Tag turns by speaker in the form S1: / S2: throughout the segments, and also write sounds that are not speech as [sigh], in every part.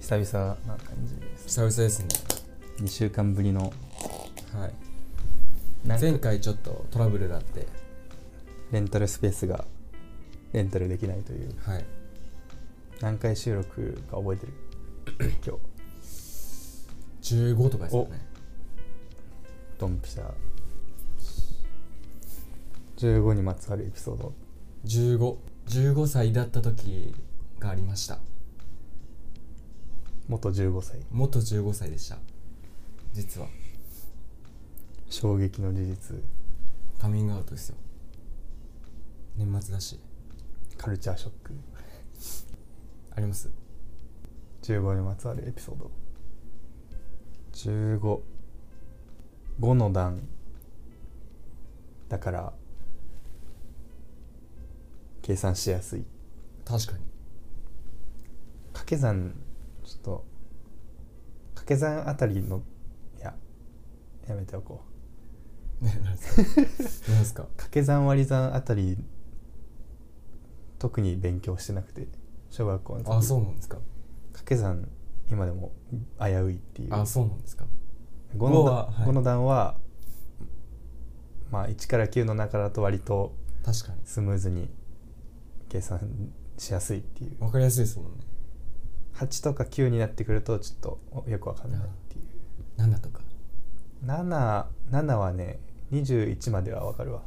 S1: 久々な感じです
S2: 久々ですね
S1: 2週間ぶりの
S2: はい
S1: なんか
S2: 前回ちょっとトラブルがあって
S1: レンタルスペースがレンタルできないという
S2: はい
S1: 何回収録か覚え [coughs] てる今日
S2: 15とかですよね
S1: ドンピシャ15にまつわるエピソード
S2: 1515歳だった時がありました
S1: 元15歳
S2: 元15歳でした実は
S1: 衝撃の事実
S2: カミングアウトですよ年末だし
S1: カルチャーショック
S2: あります
S1: 15にまつわるエピソード155の段だから計算しやすい
S2: 確かに
S1: 掛け算ちょっと掛け算あたりのいややめておこう
S2: ね何ですか何
S1: [laughs]
S2: ですか
S1: 掛け算割り算あたり特に勉強してなくて小学校の時
S2: あそうなんですか
S1: 掛け算今でも危ういっていう
S2: あそうなんですか
S1: 5の
S2: 五ははい
S1: 五の段は、まあ、1から9の中だと割と
S2: 確かに
S1: スムーズに計算しやすいっていう
S2: 分かりやすいですもんね
S1: 8とか9になってくるとちょっとおよくわかんないっていう
S2: なんだとか
S1: 77はね21まではわかるわ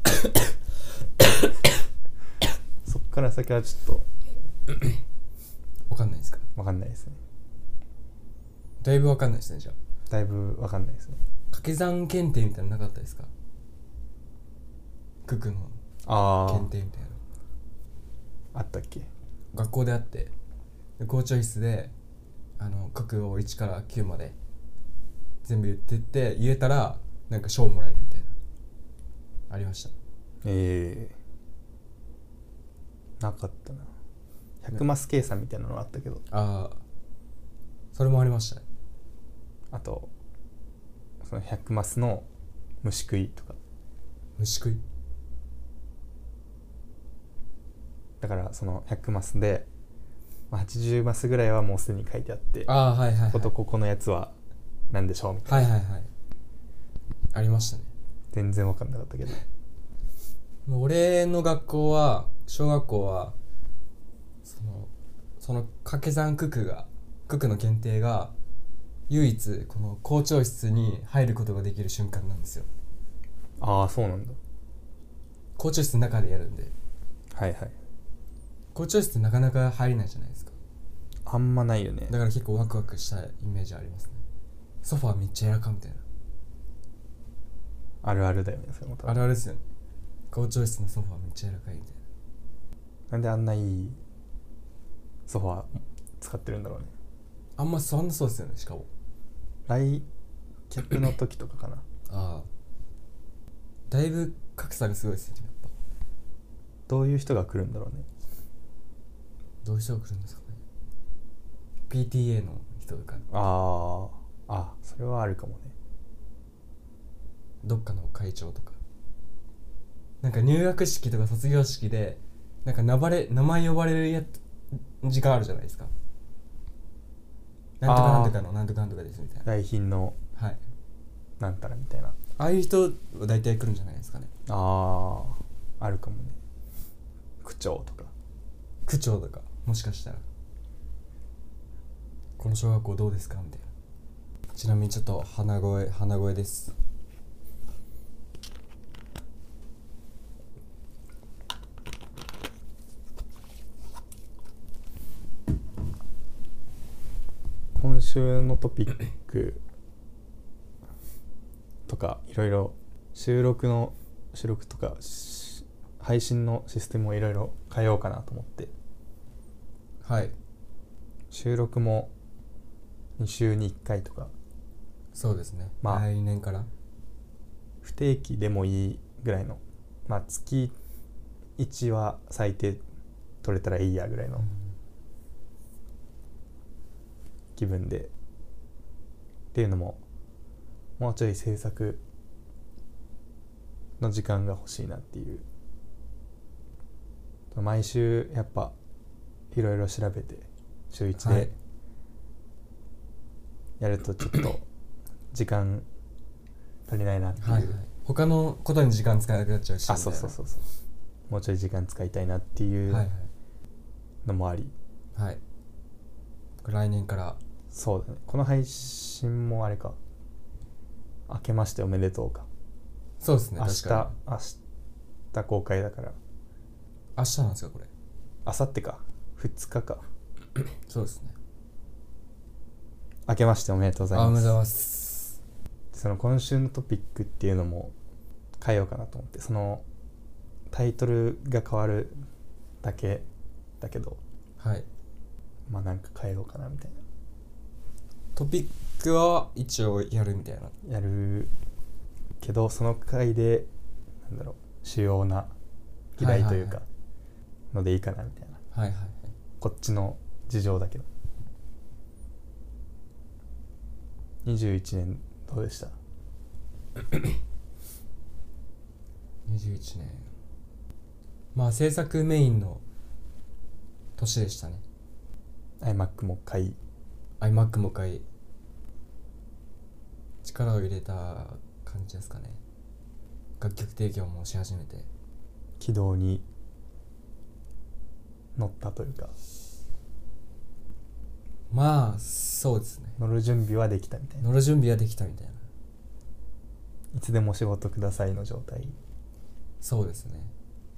S1: そっから先はちょっと
S2: わかんないですか
S1: わかんないですね
S2: だいぶわかんないですねじゃあ
S1: だいぶわかんないですね
S2: 掛け算検定みたいなのなかったですか九九の
S1: あ
S2: 検定みたいな
S1: ああったっけ
S2: 学校であってで校長室であの九九を1から9まで全部言ってって言えたらなんか賞もらえるみたいなありました
S1: ええなかったな100マス計算みたいなのはあったけど
S2: ああそれもありましたね
S1: あとその100マスの虫食いとか
S2: 虫食い
S1: だからその100マスでまあ80マスぐらいはもうすでに書いてあって
S2: ああはいはいはい
S1: こことここのやつは何でしょうみたいな
S2: はいはいはいありましたね
S1: 全然分かんなかったけど
S2: もう俺の学校は小学校はそのその掛け算九九が九九の検定が唯一この校長室に入ることができる瞬間なんですよ
S1: ああそうなんだ
S2: 校長室の中でやるんで
S1: はいはい
S2: 校長室なかなか入れないじゃないですか
S1: あんまないよね
S2: だから結構ワクワクしたイメージありますねソファーめっちゃ柔らかみたいな
S1: あるあるだよねそれも多
S2: あ
S1: 分
S2: れあれですよね校長室のソファーめっちゃ柔らかいみたいな
S1: なんであんないいソファー使ってるんだろうね
S2: あんまそんなそうですよねしかも
S1: 来客の時とかかな
S2: ああだいぶ格差がすごいですよねやっぱ
S1: どういう人が来るんだろうね
S2: どういう人が来るんですかね PTA の人とか
S1: あーあそれはあるかもね
S2: どっかの会長とかなんか入学式とか卒業式でなんか名ばれ名前呼ばれるやつ時間あるじゃないですかなんとかなんとかのなんとかなんとかですみたいな
S1: 来賓の
S2: はい
S1: なんたらみたいな
S2: ああいう人は大体来るんじゃないですかね
S1: あーあるかもね区長とか
S2: 区長とかもしかしたらこの小学校どうですかみたいなちなみにちょっと鼻声鼻声です
S1: 今週のトピックとかいろいろ収録の収録とかし配信のシステムをいろいろ変えようかなと思って
S2: はい
S1: 収録も2週に1回とか
S2: そうですね、
S1: まあ
S2: 来年から
S1: 不定期でもいいぐらいのまあ月1は最低取れたらいいやぐらいの気分でっていうのももうちょい制作の時間が欲しいなっていう毎週やっぱいろいろ調べて週1
S2: は
S1: で
S2: い
S1: やるとちょっ
S2: [coughs]
S1: と時間足りないなっていう、
S2: はいはい他のことに時間使えなくなっちゃうし
S1: あそうそう
S2: み
S1: そうそうもうちょい時間使いたいなってい
S2: たいなはいう
S1: のもあり、
S2: はいはいこれ来年から
S1: そうだねこの配信もあれか明けましておめでとうか
S2: そうですね
S1: 明
S2: 確
S1: 日
S2: か
S1: 明日公開だから
S2: に明日なんですかこれ
S1: 明後日か2日か
S2: そうですね
S1: 明けましておめでとうござい
S2: あお
S1: ま
S2: めですとうございます
S1: その今週のトピックっていうのも変えようかなと思ってそのタイトルが変わるだけだけど
S2: はい
S1: まあなんか変えようかなみたい
S2: トピックは一応やるみたいな
S1: なやるけどその回でなんだろう主要な議題というか
S2: は
S1: のでいいかなみたいな
S2: はいはいはい
S1: こっちの事情だけど21年どうでした
S2: 21年まあ制作メインの年でしたね
S1: iMac も買い
S2: iMac も買い力を入れた感じですかね楽曲提供もし始めて
S1: 軌道に乗ったというか
S2: まあそうですね
S1: 乗る準備はできたみたいな
S2: 乗る準備はできたみたいない
S1: つでも仕事くださいの状態
S2: そうですね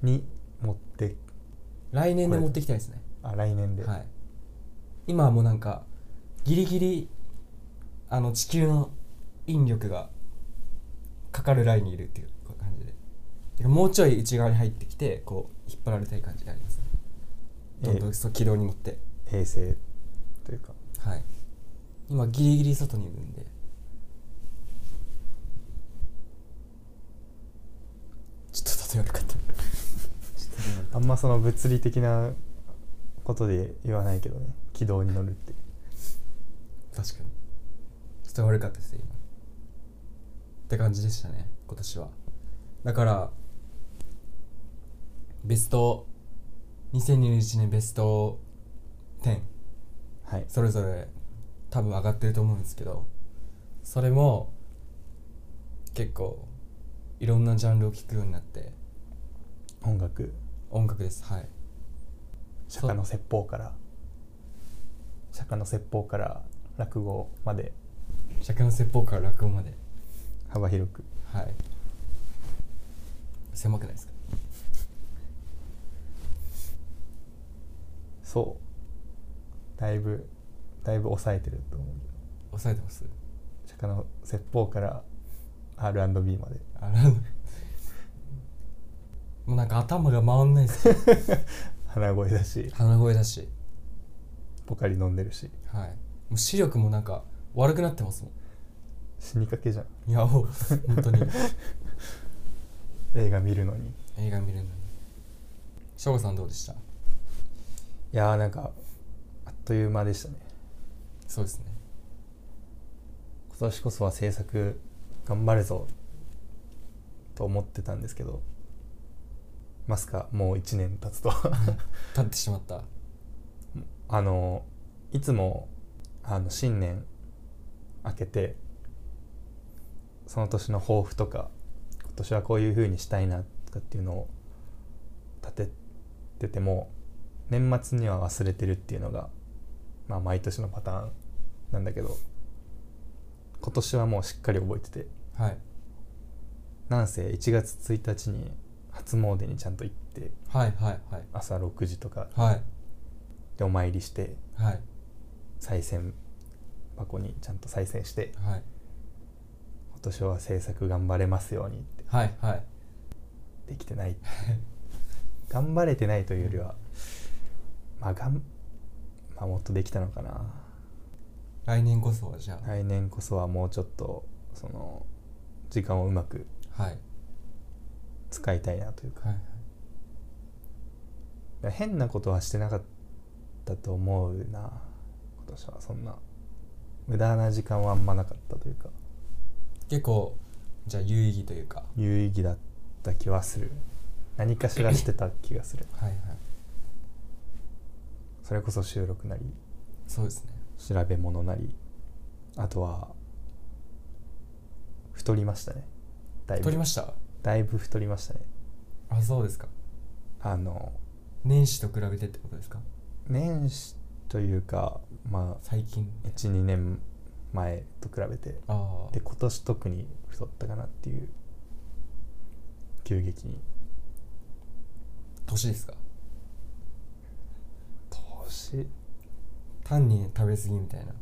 S1: に持って
S2: 来年で持ってきたいですね
S1: あ来年で、
S2: はい今はもうなんかギリギリあの地球の引力がかかるラインにいるっていう感じでてかもうちょい内側に入ってきてこう引っ張られたい感じがありますねどんどん
S1: え
S2: そう軌道に乗って
S1: 平成というか
S2: はい今ギリギリ外にいるんでちょっと例え悪か
S1: [laughs]
S2: った
S1: あんまその物理的なことで言わないけどね軌道に乗るって
S2: 確かにちょっと悪かったですね今って感じでしたね今年はだからベスト2021年ベスト10
S1: はい
S2: それぞれ多分上がってると思うんですけどそれも結構いろんなジャンルを聴くようになって
S1: 音楽
S2: 音楽ですはい
S1: 釈迦の説法から釈迦の説法から落語まで
S2: 釈迦の説法から落語まで
S1: 幅広く
S2: はい狭くないですか
S1: そうだいぶだいぶ抑えてると思うけど
S2: 抑えてます
S1: 釈迦の説法から R&B まで [laughs]
S2: あらも [laughs] うなんか頭が回んないですけど
S1: 鼻声だし
S2: 鼻声だし
S1: ポカリ飲んでるし
S2: はいもう視力もなんか悪くなってますも
S1: 死にかけじゃん
S2: んいやもう本当に
S1: 映画見るのにい
S2: [laughs] 映画見るのに省吾さんどうでした
S1: やーなんかあっという間でしたね
S2: そうですね
S1: 今年こそは制作頑張るぞと思ってたんですけどまさかもう1年経つと
S2: 立ってしまった
S1: あのいつもあの新年明けてその年の抱負とか今年はこういう風にしたいなとかっていうのを立ててても年末には忘れてるっていうのが、まあ、毎年のパターンなんだけど今年はもうしっかり覚えてて
S2: はい
S1: なんせ1月1日に初詣にちゃんと行って
S2: はいはいはい
S1: 朝6時とか
S2: はい
S1: でお参りして
S2: はい
S1: 再銭箱にちゃんと再銭して
S2: はい
S1: 今年は制作頑張れますようにって
S2: はいはい
S1: できてない頑張れてないというよりはまあがん、まあ、もっとできたのかな
S2: 来年こそはじゃ
S1: 来年こそはもうちょっとその時間をうまく
S2: あはい
S1: 使いたいなというか
S2: はいはい
S1: だから変なことはしてなかったと思うな今年はそんな無駄な時間はあんまなかったというか
S2: 結構じゃあ有意義というか
S1: 有意義だった気はする何かしらしてた気がする
S2: はいはい
S1: それこそ収録なり
S2: そうですね
S1: 調べ物なりあとは太りましたねだいぶ
S2: 取りました
S1: だいぶ太りましたね
S2: あそうですか
S1: あの
S2: 年始と比べてってことですか
S1: 年始というかま
S2: 最近
S1: あ12年前と比べて
S2: あ
S1: で今年特に太ったかなっていう急激に
S2: 年ですか
S1: 年
S2: 単に食べ過ぎみたいな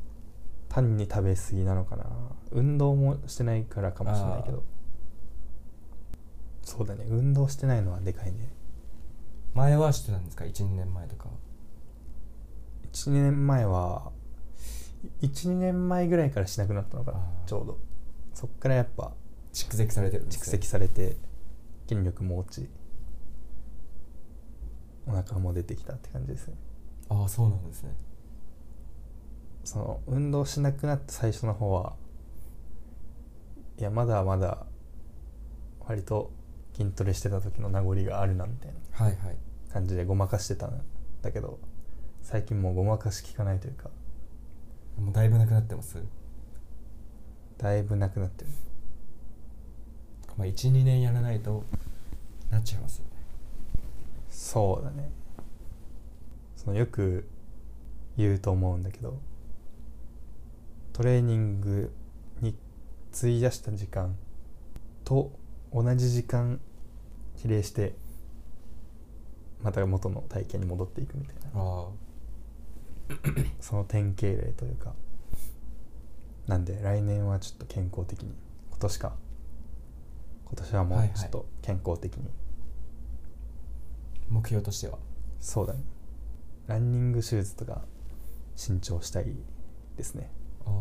S1: 単に食べ過ぎなのかな運動もしてないからかもしれないけ
S2: あー
S1: どそうだね運動してないのはでかいね
S2: 前はしてたんですか12年前とかは
S1: 12年前は12年前ぐらいからしなくなったのかな
S2: あー
S1: ちょうどそっからやっぱ
S2: 蓄積されてるんです、ね、
S1: 蓄積されて筋力も落ちお腹も出てきたって感じですね
S2: ああそうなんですね
S1: その運動しなくなった最初の方はいやまだまだ割と筋トレしてた時の名残があるなみたいな
S2: はいはい
S1: 感じでごまかしてたんだけど最近もうごまかし効かないというか
S2: もうだいぶなくなってます
S1: だいぶなくなってる
S2: まあ12年やらないとなっちゃいますよね
S1: そうだねそのよく言うと思うんだけどトレーニングに費やした時間と同じ時間比例してまた元の体型に戻っていくみたいな
S2: あ
S1: その典型例というかなんで来年はちょっと健康的に今年か今年はも
S2: はいはいう
S1: ちょっと健康的に、
S2: あ目標としては
S1: そうだねランニングシューズとか新調したいですね
S2: ああ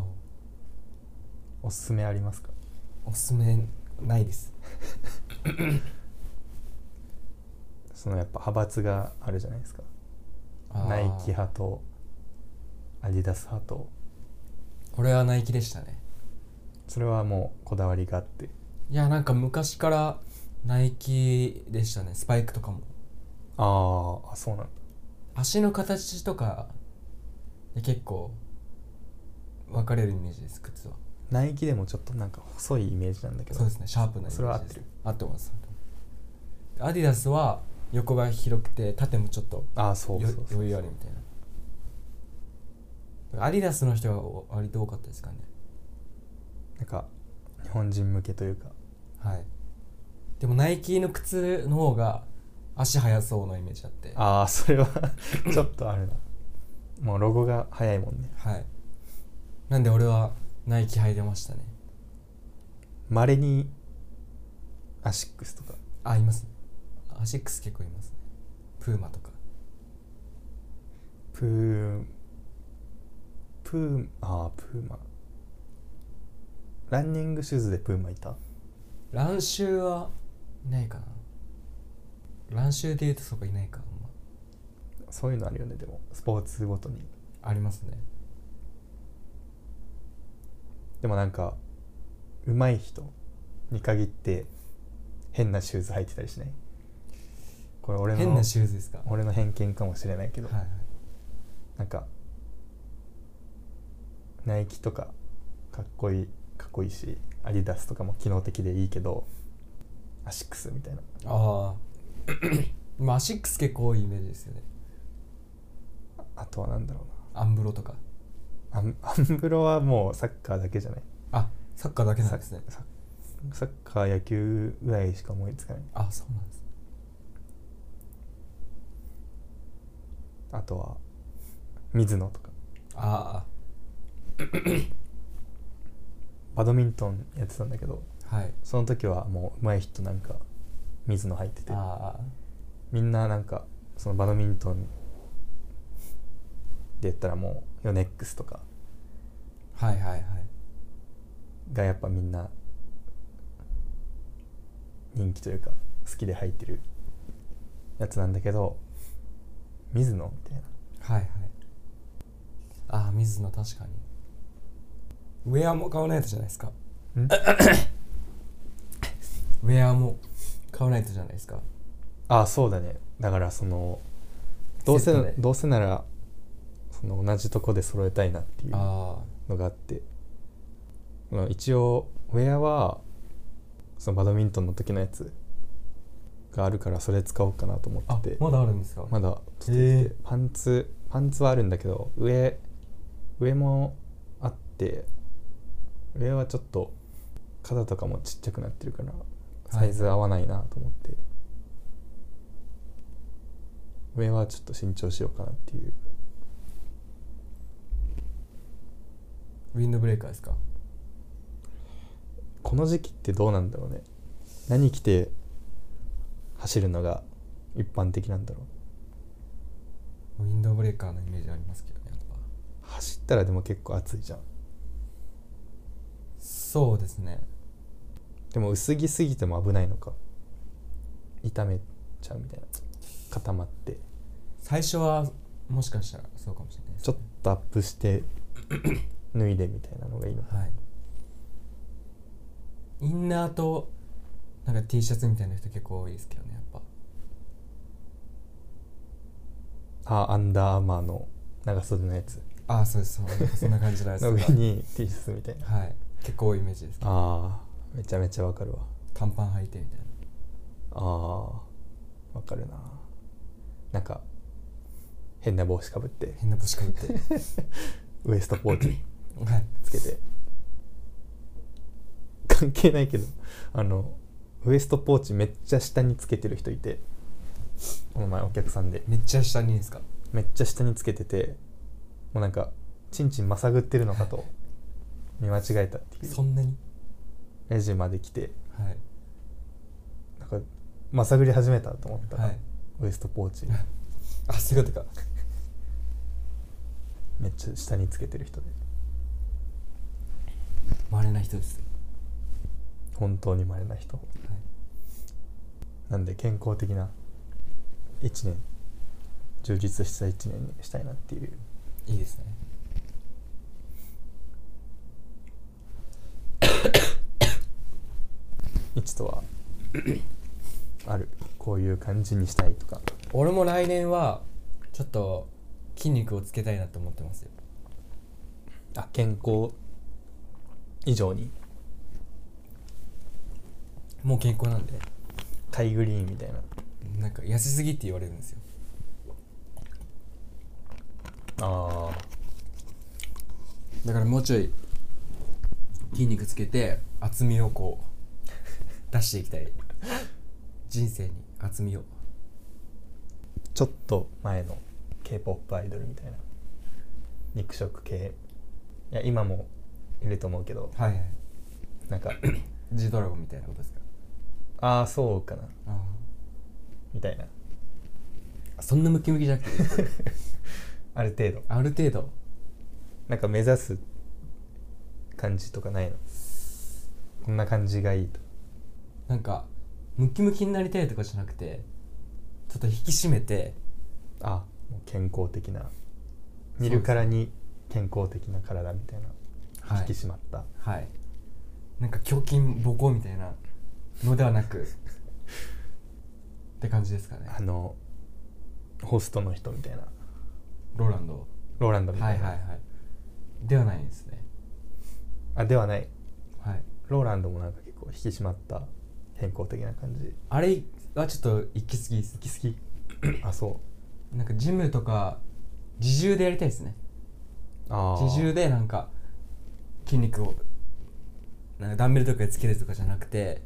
S1: おすすめありますか
S2: おすすめないです
S1: そのやっぱ派閥があるじゃないですか
S2: ああ
S1: ナイキ派とアディダス派と
S2: 俺はナイキでしたね
S1: それはもうこだわりがあって
S2: いやなんか昔からナイキでしたねスパイクとかも
S1: あーあそうなんだ
S2: 足の形とかで結構分かれるイメージです靴は
S1: ナイキでもちょっとなんか細いイメージなんだけど
S2: そうですねシャープなイメージです
S1: それは合ってる
S2: 合ってますアディダスは横が広くて縦もちょっと
S1: ああそう
S2: よ
S1: そうそう
S2: 余裕あるみたいなアディダスの人が割と多かったですかね
S1: なんか日本人向けというか
S2: はいでもナイキの靴の方が足速そうなイメージあって
S1: ああそれは [laughs] ちょっとあるなもうロゴが早いもんね
S2: はいなんで俺はナイキ履いてましたね
S1: まれにアシックスとか
S2: あいますねアシックス結構いますねプーマとか
S1: プープーあープーマランニングシューズでプーマいた
S2: 乱臭はいないかな乱臭で言うとそこいないか、あんま
S1: そういうのあるよねでもスポーツごとに
S2: ありますね
S1: でもなんか上手い人に限って変なシューズ履いてたりしないこれ俺の
S2: 変なシューズですか
S1: 俺の偏見かもしれないけど、
S2: はいはい
S1: なんかナイキとかかっこいいかっこいいしアディダスとかも機能的でいいけどアシックスみたいな
S2: あ [coughs] あまあアシックス結構多いイメージですよね
S1: あとはなんだろうな
S2: アンブロとか
S1: アン [laughs] アンブロはもうサッカーだけじゃない
S2: あサッカーだけなんですね
S1: ササッカー野球ぐらいしか思いつかない
S2: あそうなんです
S1: あとは水野とか
S2: あ
S1: バドミントンやってたんだけど
S2: あはい
S1: その時はもう上手い人なんか水野入ってて
S2: あ
S1: みんななんかそのバドミントンで言ったらもうヨネックスとか
S2: あはいはいはい
S1: がやっぱみんな人気というか好きで入ってるやつなんだけど水野みたいな
S2: はいはいああ水野確かにウェアも買わないとじゃないですか
S1: ん
S2: ウェアも買わないとじゃないですか
S1: ああそうだねだからそのどうせ
S2: セットで
S1: どうせならその同じとこで揃えたいなっていう
S2: ああ
S1: のがあってこの一応ウェアはそのバドミントンの時のやつがあるからそれ使おうかなと思
S2: あ
S1: ってて
S2: まだあるんですか、
S1: まだちょっと
S2: へ
S1: で
S2: え
S1: きてパンツパンツはあるんだけど上上もあって上はちょっと肩とかもちっちゃくなってるから
S2: い
S1: サイズ合わないなと思って、上はちょっと慎重しようかなっていう
S2: ウィンドブレーカーですか
S1: この時期ってどうなんだろうね何着て走るのが一般的なんだろう
S2: ウィンドブレーカーのイメージありますけどねやっぱ
S1: 走ったらでも結構暑いじゃん
S2: そうですね
S1: でも薄着すぎても危ないのか痛めちゃうみたいな固まって
S2: 最初はもしかしたらそうかもしれないです、
S1: ちょ
S2: ね、
S1: っとアップして
S2: [coughs]
S1: 脱いでみたいなのがいいのか
S2: はいインナーとなんか T シャツみたいな人結構多いですけどねやっぱ
S1: あアンダーアーマーの長袖のやつ
S2: ああそうですそうですそんな感じのやつ
S1: の
S2: が
S1: 上に T シャツみたいな
S2: はい結構多いイメージですけど
S1: あーめちゃめちゃわかるわ
S2: 短パン履いてみたいな
S1: あーわかるななんか変な帽子かぶって
S2: 変な帽子かぶって
S1: ウエストポーチ
S2: [laughs] はい
S1: つけて関係ないけどあのウエストポーチめっちゃ下につけてる人いてこの前お客さんで
S2: めっちゃ下にですか
S1: めっちゃ下につけててもうなんかちんちんまさぐってるのかと見間違えたっていう
S2: そんなに
S1: レジまで来て
S2: はい
S1: なんかまさぐり始めたと思ったら、
S2: はい
S1: ウエストポーチ
S2: あそういうことか
S1: めっちゃ下につけてる人で
S2: まれな人です、
S1: 本当に稀な人
S2: はい、
S1: なんで健康的な1年充実した1年にしたいなっていう
S2: いいですね
S1: 一とはあるこういう感じにしたいとか
S2: 俺も来年はちょっと筋肉をつけたいなと思ってますよ
S1: あ健康以上に
S2: もう健康なんで
S1: タイグリーンみたいな
S2: なんか痩せすぎって言われるんですよ
S1: あ
S2: だからもうちょい筋肉つけて厚みをこう出していきたい人生に厚みを
S1: ちょっと前の k p o p アイドルみたいな肉食系いや今もいると思うけど
S2: はいはい
S1: なんか [clears throat]
S2: G ドラゴンみたいなことですか
S1: ああそうかな
S2: あ
S1: みたいな
S2: あそんなムキムキじゃなくて
S1: ある程度
S2: ある程度
S1: なんか目指す感じとかないのこんな感じがいいと
S2: なんかムキムキになりたいとかじゃなくてちょっと引き締めて
S1: あもう健康的な見るからに健康的な体みたいな、
S2: はい
S1: 引き締まった
S2: はいなんか胸筋膀胱みたいなのではなくって感じですかね
S1: あのホストの人みたいな
S2: ローランド
S1: ローランドみ
S2: は
S1: た
S2: い
S1: いな、
S2: はいはいではないんですね
S1: あではない
S2: はい
S1: ローランドもなんか結構引き締まった健康的な感じ
S2: [clears throat] あれはちょっと行き過ぎです
S1: 好き好きあそう
S2: なんかジムとか自重でやりたいですね
S1: あー
S2: 自重でなんか筋肉をなんかダンベルとかでつけるとかじゃなくて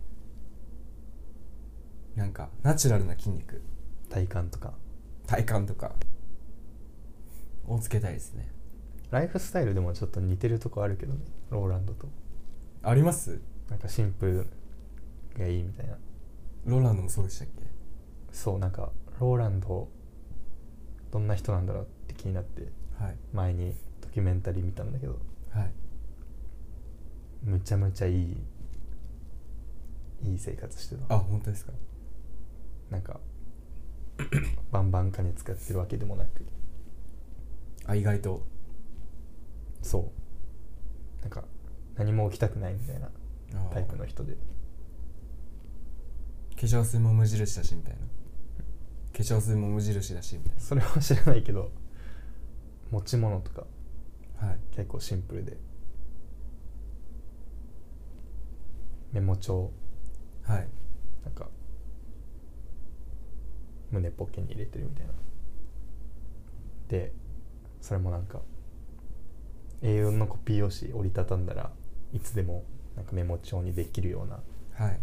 S2: なんかナチュラルな筋肉
S1: 体感とか
S2: 体幹とかをつけたいですね
S1: ライフスタイルでもちょっと似てるとこあるけどねローランドと
S2: あります
S1: なんかシンプルがいいみたいな
S2: ローランドもそうでしたっけ
S1: そうなんかローランドどんな人なんだろうって気になって
S2: はい
S1: 前にドキュメンタリー見たんだけど
S2: はい
S1: むちゃむちゃいいいい生活して
S2: あ
S1: た
S2: 本当ですか
S1: なんかバンバン金使ってるわけでもなく
S2: あ意外と
S1: そうなんか何も起きたくないみたいな
S2: あー
S1: タイプの人で
S2: 化粧水も無印だしみたいな化粧水も無印だしみたい
S1: それは知らないけど持ち物とか
S2: なはい
S1: 結構シンプルでメモ帳
S2: はい
S1: なんか胸ポケに入れてるみたいなでそれもなんか A4 のコピー用紙折りたたんだらいつでもなんかメモ帳にできるような
S2: はい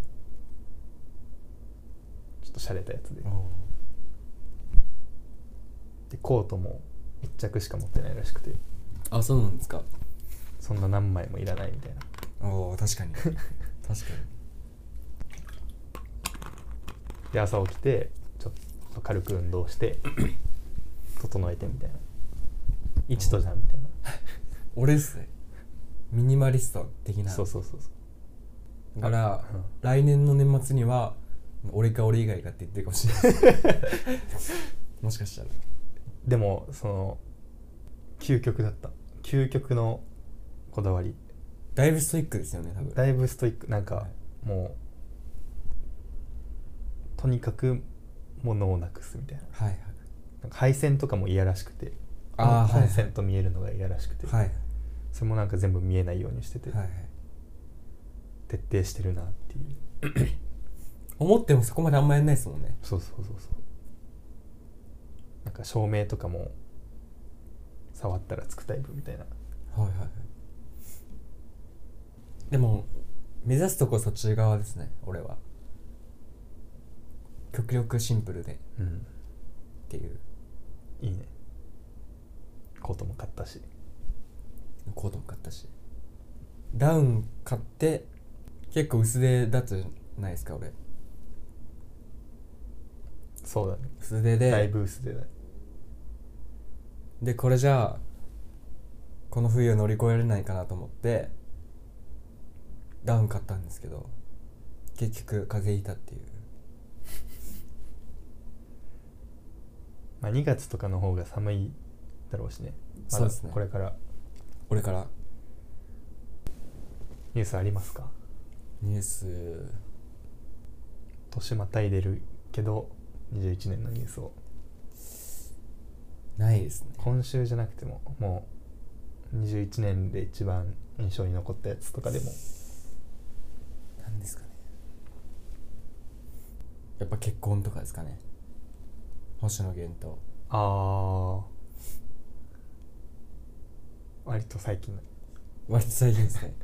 S1: ちょっと洒落たやつで
S2: おー
S1: でコートも1着しか持ってないらしくて
S2: あそうなんですか
S1: そんな何枚もいらないみたいな
S2: おお [laughs] 確かに確か
S1: で朝起きてちょっと軽く運動して
S2: [clears throat]
S1: 整えてみたいな一とじゃんみたいな
S2: に俺っすねミニマリスト的な
S1: そうそうそうそう
S2: だから
S1: うん
S2: 来年の年末には俺か俺以外かって言ってるかもしれない [laughs] もしかしたら
S1: でもその究極だった究極のこだわり
S2: だいぶストイックですよね多分
S1: だいぶストイックなんか
S2: は
S1: もうとにかく物をなくすみたいな
S2: はいはい
S1: なんか配線とかもいやらしくて
S2: あーはいはい
S1: 本線と見えるのがいやらしくて、
S2: はい
S1: それもなんか全部見えないようにしてて、
S2: はいはい
S1: 徹底してるなっていう
S2: 思ってもそこまであんまやんないですもんね
S1: そうそうそうそうなんか照明とかも触ったらつくタイプみたいな
S2: はいはいはいでも目指すとこそっち側ですね俺は極力シンプルでっ
S1: うん
S2: ていう
S1: いいねコートも買ったし
S2: コートも買ったしダウン買って結構薄手だったじゃないですか俺
S1: そうだね
S2: 薄手
S1: だい
S2: で
S1: ぶ薄手だね
S2: でこれじゃあこの冬を乗り越えられないかなと思ってダウン買ったんですけど結局風邪ひいたっていう
S1: まあ、2月とかの方が寒いだろうしねま
S2: そう
S1: だ
S2: ですね
S1: これから
S2: 俺から
S1: ニュースありますか
S2: ニュース
S1: 年またいでるけど21年のニュースを
S2: ないですね
S1: 今週じゃなくてももう21年で一番印象に残ったやつとかでも
S2: なんですかねやっぱ結婚とかですかね星野源と
S1: ああ割と最近の
S2: 割と最近で
S1: [laughs]
S2: すね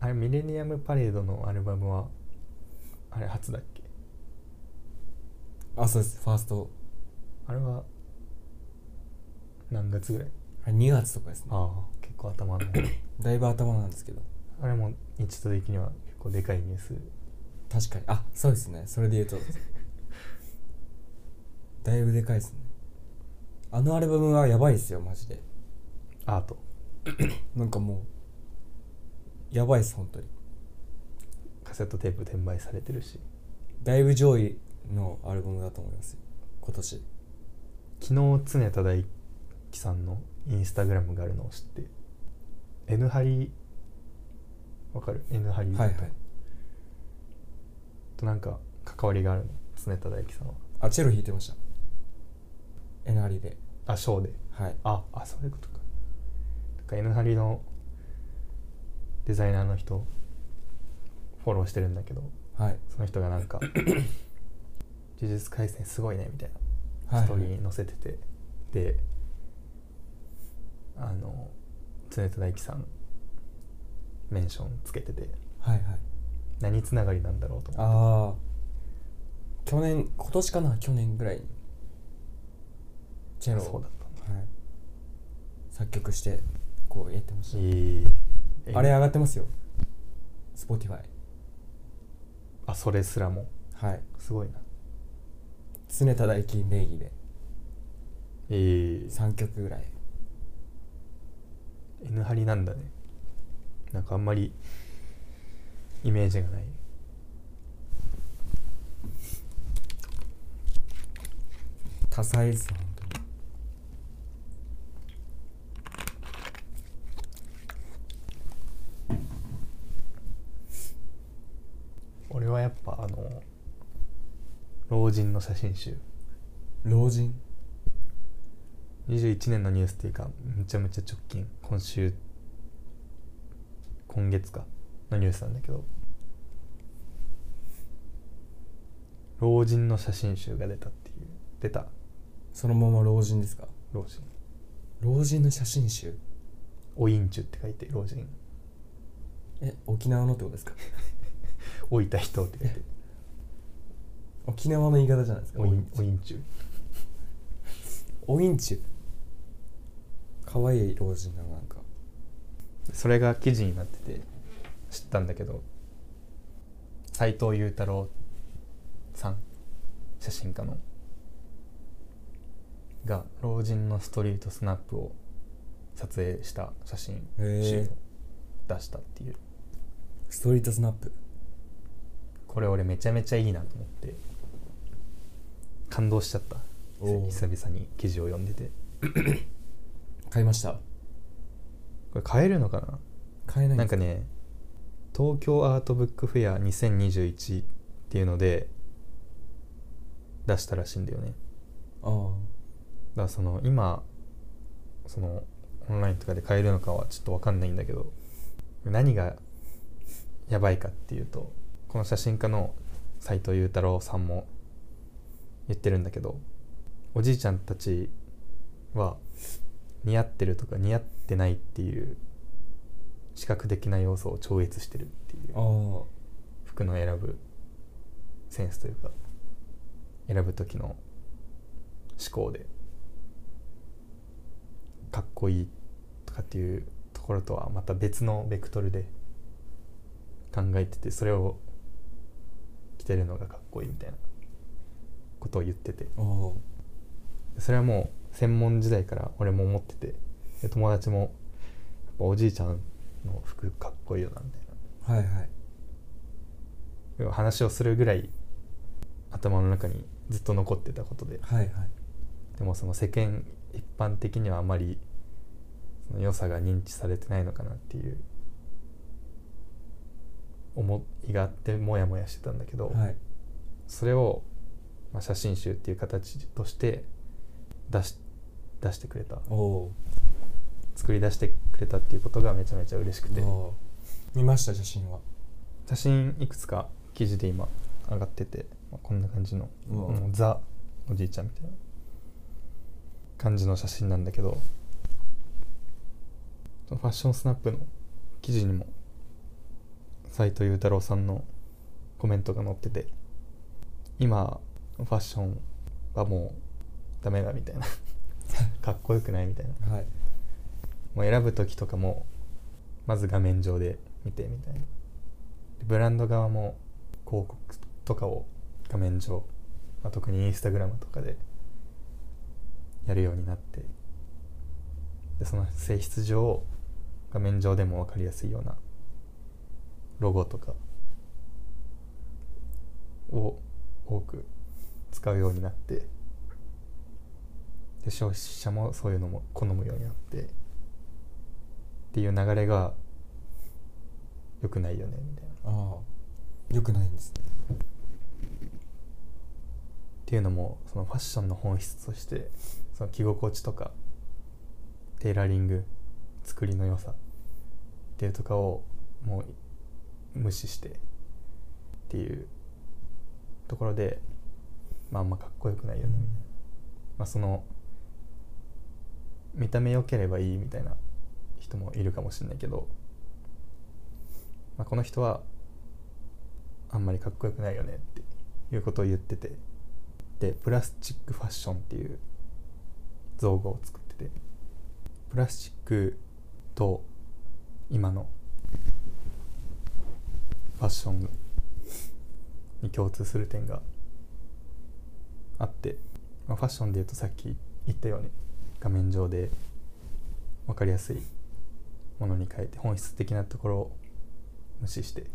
S1: あれミレニアムパレードのアルバムはあれ初だっけ
S2: あそうですファースト
S1: あれは何月ぐらい
S2: あれ2月とかですね
S1: ああ結構頭の
S2: だいぶ頭なんですけど
S1: あれも一度的には結構でかいニュース
S2: 確かにあそうですねそれで言うとだいぶでかいですねあのアルバムはやばいですよマジで
S1: アート
S2: なんかもうやばいです本当に
S1: カセットテープ転売されてるし
S2: だいぶ上位のアルバムだと思いますよ今年
S1: 昨日常田大樹さんのインスタグラムがあるのを知って「N ハリ」わかる ?N ハリ
S2: はいはい
S1: となんか関わりがあるの常田大樹さんは
S2: あチェロ弾いてましたえなりで
S1: あショーで
S2: はい
S1: ああそういうことかなんか N ハリのデザイナーの人フォローしてるんだけど
S2: はい
S1: その人が
S2: [laughs]
S1: なんか「呪術廻戦すごいね」みたいな
S2: はい
S1: ストーリーに載せてて、であの常田大樹さんメンションつけてて
S2: はいはい
S1: 何つながりなんだろうと思って
S2: ああ去年今年かな去年ぐらいにチェロを
S1: そうだったんだ
S2: はい、作曲してこうやってました、
S1: いいえ
S2: あれ上がってますよ Spotify
S1: あそれすらも
S2: はい
S1: すごいな
S2: 常田大輝名義で
S1: いい
S2: 3曲ぐらい
S1: N ハリなんだねなんかあんまりイメージがない
S2: 多彩ですよ本当に
S1: 俺はやっぱあの老人の写真集
S2: 老人
S1: 21年のニュースっていうかめちゃめちゃ直近今週今月かのニュースなんだけど老人の写真集が出たっていう出た
S2: そのまま老人ですか
S1: 老人
S2: 老人の写真集
S1: おいんちゅって書いて老人
S2: え沖縄のってことですか
S1: 老いた人って書いて
S2: 沖縄の言い方じゃないですか
S1: おいんおいんちゅ
S2: おいんちゅかわいい老人だななんか
S1: それが記事になってて知ったんだけど斎藤裕太郎さん写真家のが老人のストリートスナップを撮影した写真集
S2: へえ
S1: を出したっていう
S2: ストリートスナップ
S1: これ俺めちゃめちゃいいなと思って感動しちゃった
S2: おー
S1: 久々に記事を読んでて
S2: 買いました
S1: これ買えるのかな
S2: 買えない
S1: なんん
S2: です
S1: かね東京アートブックフェア2021っていうので出したらしいんだよね
S2: ああ
S1: だからその今そのオンラインとかで買えるのかはちょっと分かんないんだけど何がやばいかっていうとこの写真家の斎藤裕太郎さんも言ってるんだけどおじいちゃんたちは似合ってるとか似合ってないっていう視覚的な要素を超越してるっていう
S2: ああ
S1: 服の選ぶセンスというか選ぶ時の思考でかっこいいとかっていうところとはまた別のベクトルで考えててそれを着てるのがかっこいいみたいなことを言ってて
S2: ああ
S1: それはもう専門時代から俺も思っててで友達もやっぱおじいちゃんの服かっこいいよなみたいな
S2: はいはい
S1: 話をするぐらい頭の中にずっと残ってたことで
S2: はいはい
S1: でもその世間一般的にはあまりその良さが認知されてないのかなっていう思いがあってモヤモヤしてたんだけど、
S2: はい
S1: それを、まあ、写真集っていう形として出し出してくれた
S2: おお
S1: 作り出してくれたっていうことがめちゃめちゃ嬉しくて
S2: ああ見ました写真は
S1: 写真いくつか記事で今上がってて、まあ、こんな感じの
S2: うわ
S1: もうザおじいちゃんみたいな感じの写真なんだけどそのファッションスナップの記事にも斎藤裕太郎さんのコメントが載ってて今ファッションはもうダメだみたいな [laughs] かっこよくないみたいな
S2: はい
S1: もう選ぶ時とかもまず画面上で見てみたいなでブランド側も広告とかを画面上、まあ、特にインスタグラムとかでやるようになってでその性質上画面上でも分かりやすいようなロゴとかを多く使うようになってで消費者もそういうのも好むようになってっていう流れが良くないよねみたいなっ
S2: ああよくないんですね
S1: ていうのもそのファッションの本質としてその着心地とかテーラリング作りの良さっていうとかをもう無視してっていうところでまああんまかっこよくないよねみたいな、まあ、その見た目良ければいいみたいな人もいるかもしれないけど、まあ、この人はあんまりかっこよくないよねっていうことを言っててでプラスチックファッションっていう造語を作っててプラスチックと今のファッションに共通する点があって、まあ、ファッションで言うとさっき言ったように画面上で分かりやすいものに変えて本質的なところを無視して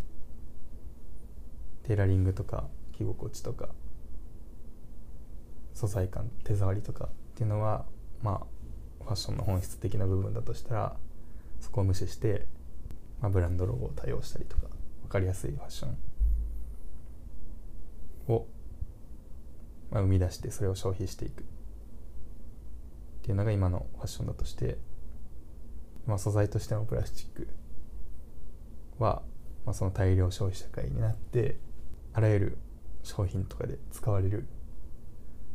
S1: テーラリングとか着心地とか素材感手触りとかっていうのはまあファッションの本質的な部分だとしたらそこを無視して、まあ、ブランドロゴを多用したりとか分かりやすいファッションを、まあ、生み出してそれを消費していくっていうのが今のファッションだとして、まあ、素材としてのプラスチックは、まあ、その大量消費社会になってあらゆる商品とかで使われる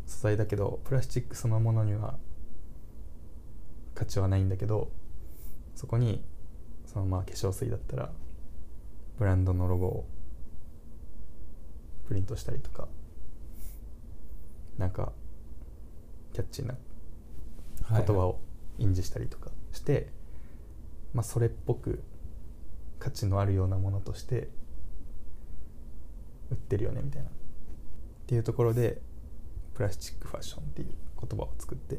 S1: 素材だけどプラスチックそのものには価値はないんだけどそこにそのまあ化粧水だったらブランドのロゴをプリントしたりとかなんかキャッチーな
S2: は
S1: 言葉
S2: を
S1: を印字したりとかして、まあ、それっぽく価値のあるようなものとして売ってるよねみたいなっていうところでプラスチックファッションっていう言葉を作ってっ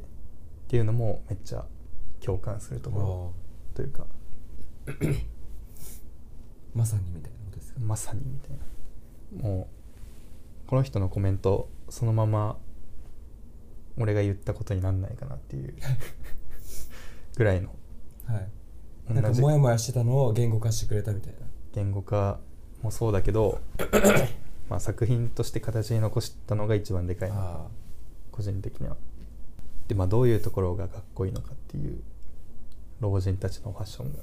S1: ていうのもめっちゃ共感するところというか
S2: まさにみたいなことですか
S1: まさにみたいなもうこの人のコメントそのまま俺が言ったことになんないかなっていうぐらいの
S2: はい
S1: 同
S2: なんか
S1: じ
S2: モヤモヤしてたのを言語化してくれたみたいな
S1: 言語化もそうだけどまあ作品として形に残したのが一番でかいな
S2: あ
S1: 個人的には。でまあどういうところがかっこいいのかっていう老人たちのファッションが。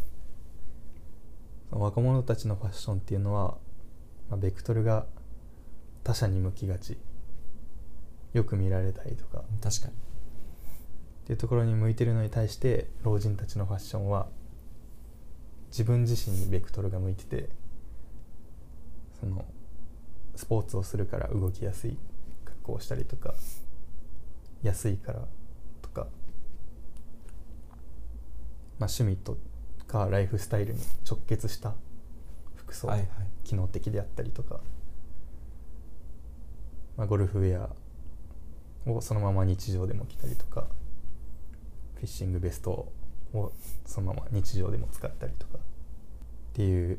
S1: その若者たちのファッションっていうのは、まあ、ベクトルが他者に向きがちよく見られたりとか
S2: あ確かに
S1: っていうところに向いてるのに対して老人たちのファッションは自分自身にベクトルが向いててそのスポーツをするから動きやすい格好をしたりとか安いからとか、まあ、趣味とかライフスタイルに直結した服装
S2: はいはい
S1: 機能的であったりとか、まあ、ゴルフウェアをそのまま日常でも着たりとかフィッシングベストをそのまま日常でも使ったりとかっていう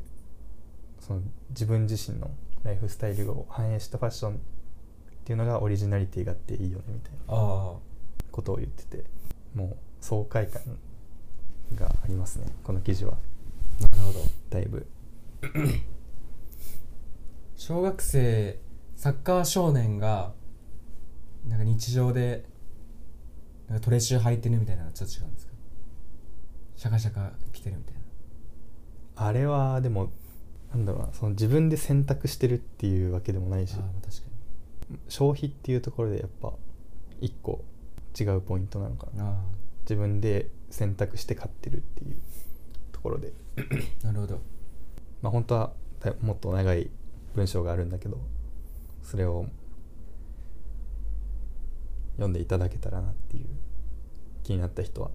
S1: その自分自身のライフスタイルを反映したファッションっていうのがオリジナリティがあっていいよねみたいな
S2: あ
S1: ことを言っててもう爽快感がありますねこの記事は
S2: あなるほど
S1: だいぶ
S2: 小学生サッカー少年がなんか日常でなんかトレッシュ履いてるみたいなのはちょっと違うんですかシャカシャカ着てるみたいな
S1: あれはでもなんだろうなその自分で選択してるっていうわけでもないし
S2: ああまあ確か
S1: 消費っていうところでやっぱ一個違うポイントなのか
S2: に
S1: な
S2: あ
S1: 自分で選択して買ってるっていうところで
S2: あなるほど
S1: まあ本当はだもっと長い文章があるんだけどそれを読んでいただけたらなっていう気になった人は